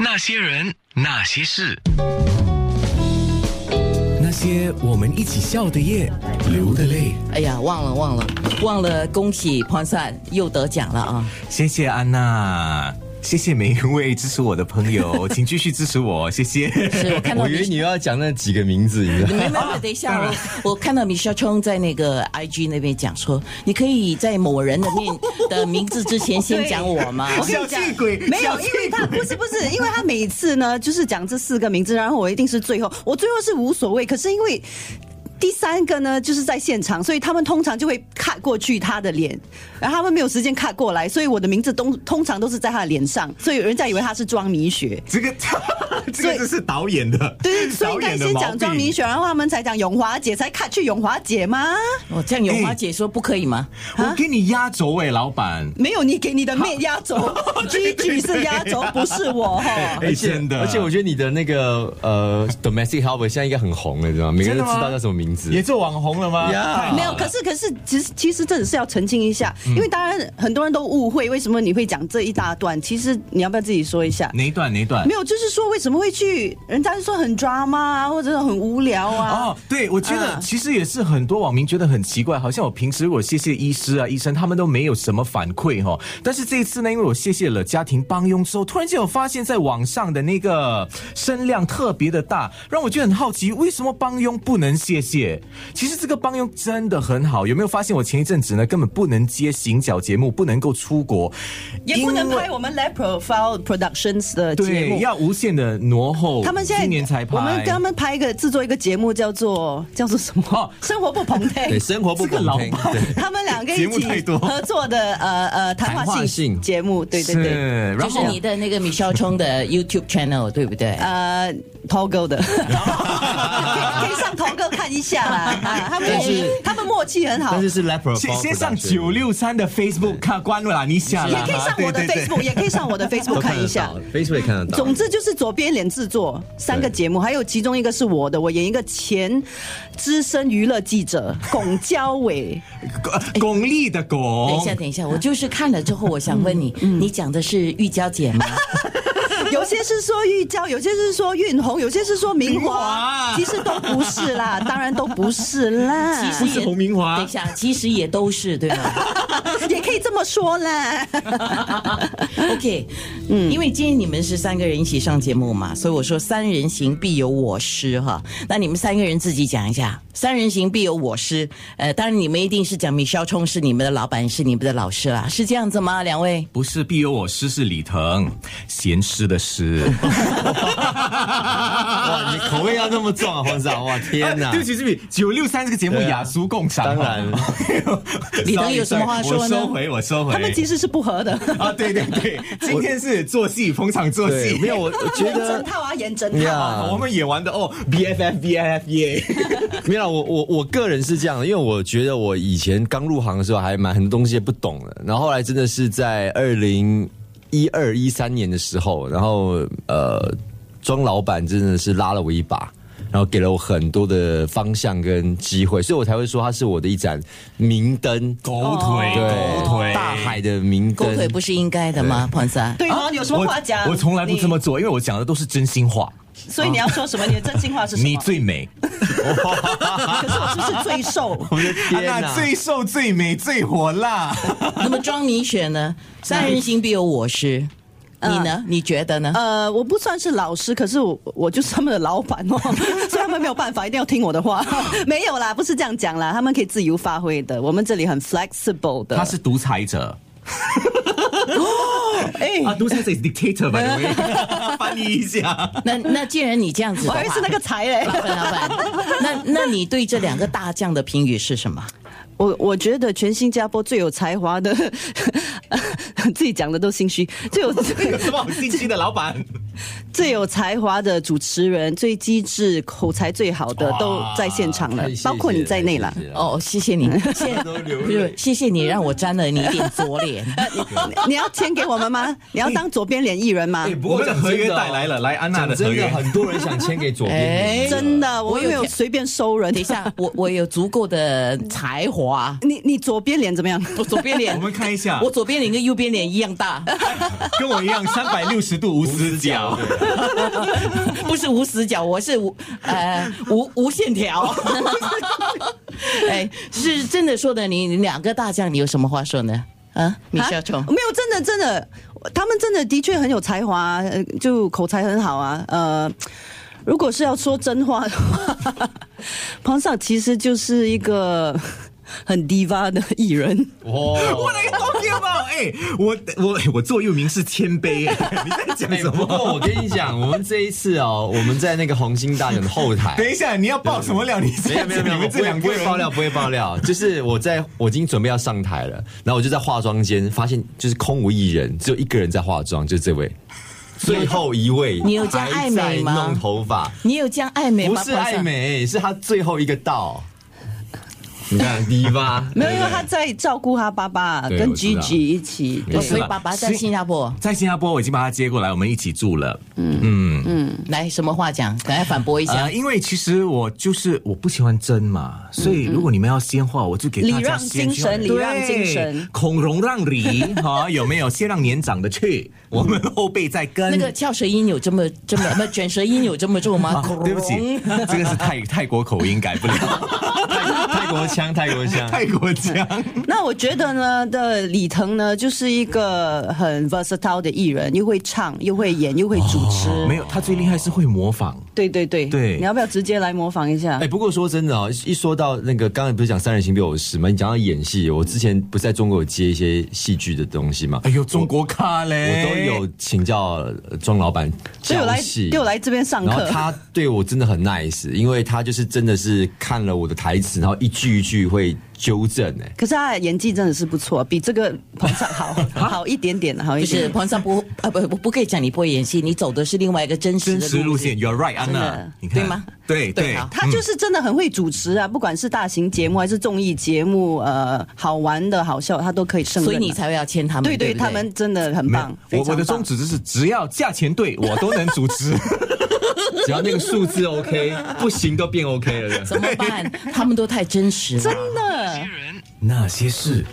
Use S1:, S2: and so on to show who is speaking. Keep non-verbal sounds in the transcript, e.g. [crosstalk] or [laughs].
S1: 那些人，那些事，
S2: 那些我们一起笑的夜，流的泪。
S3: 哎呀，忘了忘了忘了，恭喜潘散又得奖
S2: [laughs]
S3: 了啊！
S2: 谢谢安娜，谢谢每一位支持我的朋 [laughs] 友，请继续支持我，谢谢。 [laughs]
S3: 是我看到
S4: 我以为
S3: 你。
S4: 你又要讲那几个名字，你知道
S3: 没
S4: 吗？
S3: 没没，等一下，哦
S2: 嗯
S3: 我我看到米肖冲在那个 IG 那边讲说，你可以在某人的面的名字之前先讲我
S2: [laughs]
S3: 吗？
S2: 我跟你讲小气鬼
S5: 没
S2: 小
S5: 有，
S2: 气
S5: 因为他不是不是，因为他每次呢就是讲这四个名字，然后我一定是最后，我最后是无所谓，可是因为。第三个呢，就是在现场，所以他们通常就会看过去他的脸，然后他们没有时间看过来，所以我的名字通通常都是在他的脸上，所以人家以为他是庄米雪，
S2: 这个 [laughs] 这个就是导演的，
S5: 对， [laughs] 所以
S2: 导
S5: 应该
S2: 演的
S5: 先
S2: 毛
S5: 讲庄
S2: 病
S5: 米雪，然后他们才讲永华姐，才看去永华姐吗？
S3: 我哦这样有华姐说不可以吗？
S2: 我给你压轴哎，老板。
S5: 没有，你给你的面压
S2: [laughs]
S5: 轴，居居是压轴，不是我哈。
S2: [laughs] 哎，真的，
S4: 而且我觉得你的那个呃 domestic helper 现在应该很红了，你知道吗？每个人
S2: 真
S4: 都
S2: 的吗
S4: 知道叫什么名字。
S2: 也做网红了吗？
S4: 呀
S5: 没有，可是可是，其实其实这只是要澄清一下，
S2: 嗯
S5: 因为当然很多人都误会为什么你会讲这一大段。其实你要不要自己说一下？
S2: 哪一段？哪一段
S5: 没？有，就是说为什么会去？人家就说很 drama 啊，或者很无聊啊
S2: 哦。，对，我觉得
S5: 嗯
S2: 其实也是很多网民觉得很奇怪，好像我平时我谢谢医师啊、医生，他们都没有什么反馈哈、哦。但是这一次呢，因为我谢谢了家庭帮佣之后，突然间我发现在网上的那个声量特别的大，让我觉得很好奇，为什么帮佣不能谢谢？其实这个帮佣真的很好，有没有发现我前一阵子呢根本不能接行脚节目，不能够出国，
S5: 也不能
S2: 因为
S5: 拍我们 Lab Profile Productions 的节
S2: 对，
S5: 目。
S2: 要无限的挪后，
S5: 他们现在
S2: 今年才拍，
S5: 我们跟他们拍一个制作一个节目，叫做叫做什
S2: 哦
S5: 么？生活不澎湃
S4: 对，。生活不
S2: 哎这个老
S4: 公平。对
S5: 他们两个
S2: 节
S5: 一
S2: 目太
S5: 起
S2: 多
S5: 合作的呃呃谈
S4: 谈话
S5: 话性
S4: 性
S5: 节目，对对对。
S2: 是，然
S3: 就
S2: 后
S3: 是你的那个米肖冲的 YouTube channel 对不对？
S5: 呃，Togo 的，可以可以上 Togo 看一下啦。啊，他们
S4: 但是
S5: 他们默契很好，
S4: 但是
S5: 也
S4: 是
S2: [laughs]
S4: leper，
S2: 先先上九，六三的 Facebook 看关了啦，你想啦，
S5: 可以上我的
S2: 啊对对对
S5: Facebook，也可以上我的 Facebook
S4: 都
S5: 看
S4: 看
S5: 一
S4: 一
S5: 下
S4: 下。，Facebook 也看得到。
S5: 总之就是左边脸制作三个节目，还有其中一个是我的，我演一个前资深娱乐记者龚娇伟，
S2: 巩巩俐的
S3: 等一
S2: 巩
S3: 下，等一下，我就是看了之后，我想问你，
S2: 嗯
S3: 你讲的是玉娇姐
S2: [laughs]
S3: 吗？
S5: 有些是说玉娇，有些是说韵红，有些是说明
S2: 明
S5: 华
S2: 华，
S5: 其实都不是啦，当然都不是啦，
S3: 其实
S2: 不是
S3: 也
S2: 洪明华
S3: 等一下，其实也都是对吧？
S5: [laughs] 也可以这么说啦。
S3: [laughs] OK，嗯，因为今天你们是三个人一起上节目嘛，所以我说三人行必有我师哈。那你们三个人自己讲一下，三人行必有我师。呃，当然你们一定是讲米肖冲是你们的老板，是你们的老师啦，是这样子吗？两位？
S2: 不是必有我师是李腾，闲师的师。
S4: 哇，你口味要那么重啊，黄总！哇，天哪
S2: [laughs] 对！不起，对不起，九六三这个节目
S4: 对啊
S2: 雅俗共赏。
S4: 当
S2: [laughs]
S4: 然
S3: 李腾有什么话说呢
S2: Sorry，sorry，我收回，我收回。
S5: 他们其实是不合的。
S2: 啊，对对
S5: [laughs]
S2: 对，今天是做戏，逢场作
S4: 对，
S2: 戏
S4: 没。有，我我
S2: [laughs]
S4: 觉
S5: 演整
S4: 得
S5: 套啊，演整套啊。
S4: 呀
S2: 我们演完的哦，BFF BFF
S5: [laughs]
S2: 耶。
S4: 没有啦，我我我个人是这样的，因为我觉得我以前刚入行的时候还蛮很多东西也不懂的，然后后来真的是在二零一二一三年的时候，然后呃，庄老板真的是拉了我一把。然后给了我很多的方向跟机会，所以我才会说他是我的一盏明灯，
S2: 狗腿，
S4: 对，
S2: 狗腿，
S4: 大海的明
S3: 狗
S4: 灯，
S3: 腿不是应该的吗？
S5: [laughs]
S3: 胖三，
S5: 对啊吗？你有什么话讲？
S2: 啊我我从来不
S5: 你
S2: 这么，做，因为我讲的都是 [laughs] 真心话。
S5: 所以你要说什么？你的真心话是什么？啊
S2: 你最美，
S5: 可是我是不是最
S2: [laughs]
S5: 瘦？
S4: 我的天
S2: 安
S4: 哪！
S2: 娜啊最瘦、最美、最火辣。
S3: 那么庄米雪呢？三人行必有我师，
S5: 嗯
S3: 你呢？你觉得呢？
S5: 呃，我不算是老师，可是我我就是他们的老板哦， [laughs] 所以他们没有办法，一定要听我的话。 [laughs] 没有啦，不是这样讲啦，他们可以自由发挥的。我们这里很 flexible 的。
S2: 他是独裁者
S5: 哎，
S2: 啊，独裁者 is dictator by the way，翻译一下。
S3: 那那既然你这样子的
S5: 我
S3: 话
S5: 还以为是那个
S2: [laughs]
S5: 才嘞。
S3: 老板，老板，那那你对这两个大将的评语是什么？
S5: 我我觉得全新加坡最有才华的， [laughs] 自己讲的都心虚，
S2: [laughs]
S5: 最有
S2: 有什么好心虚的，老板？
S5: 最有才华的主持人、最机智、口才最好的
S2: 哇
S5: 都在现场了
S4: 太谢，谢
S5: 包括你在内啦。
S4: 太谢谢
S3: 哦，谢
S2: [laughs]
S3: 谢你，谢
S4: 都流
S3: 不是
S4: 泪
S3: 谢谢你让我沾了你一点左脸。 [laughs]
S5: 你要签给我
S4: [laughs]
S5: 们吗？你要当左边脸艺人
S4: 哎
S5: 吗？
S2: 不过
S4: 我们的
S2: 讲真的
S4: 合约
S2: 哦
S4: 带来了
S2: 来安娜的合
S4: 讲真
S2: 约
S4: 的哦很多人想签给左边
S3: 哎
S4: 的，
S5: 真的，
S3: 我
S5: 我
S3: 有
S5: 没有
S3: 签
S5: 随便收人。
S3: 等一，下，我我有足够的才华，
S5: [laughs] 你你左边脸怎么样？
S3: 我左边脸
S2: 我，们看一下 [laughs]
S3: 我，左边脸跟右边脸一样大。
S2: 跟我一样三百六十度无死角。
S4: 对
S3: 不是无死角，我是无呃无无
S2: [laughs]
S3: 线条。哎，是真的说的，你你两个大将，你有什么话说呢？啊，米
S5: 啊
S3: 小虫，
S5: 没有，真的真的，他们真的的确很有才华啊、呃就口才很好啊。呃，如果是要说真话的
S3: [laughs]
S5: 话，彭少其实就是一个很 diva 的艺人。
S4: 哇，
S2: 我那个东京吧，哎，我我我座右铭是谦卑，哎，你在讲
S4: 哎
S2: 什
S4: 不
S2: 么？
S4: 过我跟你讲，我们这一次哦，我们在那个红星大奖的后台，
S2: [laughs] 等一下，你要爆什么料？你
S4: 没有没有没有，
S2: 你们这两
S4: 不
S2: 个
S4: 会不会爆料，
S2: 人。
S4: 不会爆料。就是我在我已经准备要上台了，然后我就在化妆间发现就是空无一人，只有一个人在化妆，就是这位最后一位。
S3: 你有加爱美吗哎
S4: 弄头发
S3: 你有江爱美
S4: 不
S3: 吗？
S4: 是
S3: 彭
S4: 爱
S3: 少，
S4: 美，是他最后一个到。你看迪吧，
S5: 没有，因为他在照顾他爸爸，
S4: 对
S5: 跟
S4: 我知道
S5: Gigi 一起。
S4: 没
S5: 对
S3: 哦
S4: 事
S3: 所以爸爸在
S2: 是
S3: 新加坡，
S2: 在新加坡，我已经把他接过来，我们一起住了。嗯
S3: 来什么话讲？赶快反驳一下
S2: 呃，。因为其实我就是我不喜欢争嘛，所以如果你们要先话，我就给大
S5: 礼
S2: 家
S5: 让
S2: 先
S5: 精神
S2: 去
S5: 礼让
S2: 对
S5: 精神
S2: 孔融让梨，哈，有没有？先让年长的去，我们后辈再跟。
S3: 那个翘舌音有这么这么不卷舌音有这么重吗
S2: 啊？对不起，这个是泰泰国口音改不了，
S4: 泰泰国腔，泰国腔，
S2: 泰国腔。
S5: 那我觉得呢的李腾呢，就是一个很 versatile 的艺人，又会唱，又会演，又会主持。
S2: 哦没有，他最厉害是会模仿。
S5: 对对对，
S2: 对
S5: 你要不要直接来模仿一下？
S4: 哎、不过说真的哦，一一说到那个，刚才不是讲三人行必有我事嘛？你讲到演戏，我之前不是在中国有接一些戏剧的东西嘛？
S2: 哎呦，中国咖
S4: 我
S2: 嘞，
S4: 都有请教呃庄老板
S5: 对
S4: 教
S5: 我哎来
S4: 戏，，
S5: 对我来这边上
S4: 然后
S5: 课。
S4: 他对我真的很 nice，因为他就是真的是看了我的台词，然后一句一句会纠正、哎，
S5: 可是他的演技真的是不错，比这个彭少好好一点点，好一
S3: 不
S5: 点
S3: 是，
S5: 点。
S3: 彭少不啊不不不可以讲你不会演戏，你走的是另外一个真实
S2: 真
S3: 的
S2: 实路
S3: 子
S2: 线。You're right，安
S5: 真
S2: 娜
S5: 的，
S2: 你看
S3: 对吗
S2: 对
S3: 对
S2: 对
S3: 好，
S5: 他就是真的很会主持啊，不管是大型节目还是综艺节目，呃，好玩的好笑，他都可以胜任啊。
S3: 所以你才会要签他们。
S5: 对
S3: 对
S5: 对，
S3: 不
S5: 他们真的很
S2: 没
S5: 棒
S2: 有。
S5: 非常
S2: 我我的
S5: 棒
S2: 宗旨就是只要价钱对我都能主
S5: [laughs]
S2: 持。
S4: 只要那个数字 OK，不行都变 OK 了。
S3: 怎么办？他们都太真实了。
S5: 真的。
S1: 人
S2: 那些事。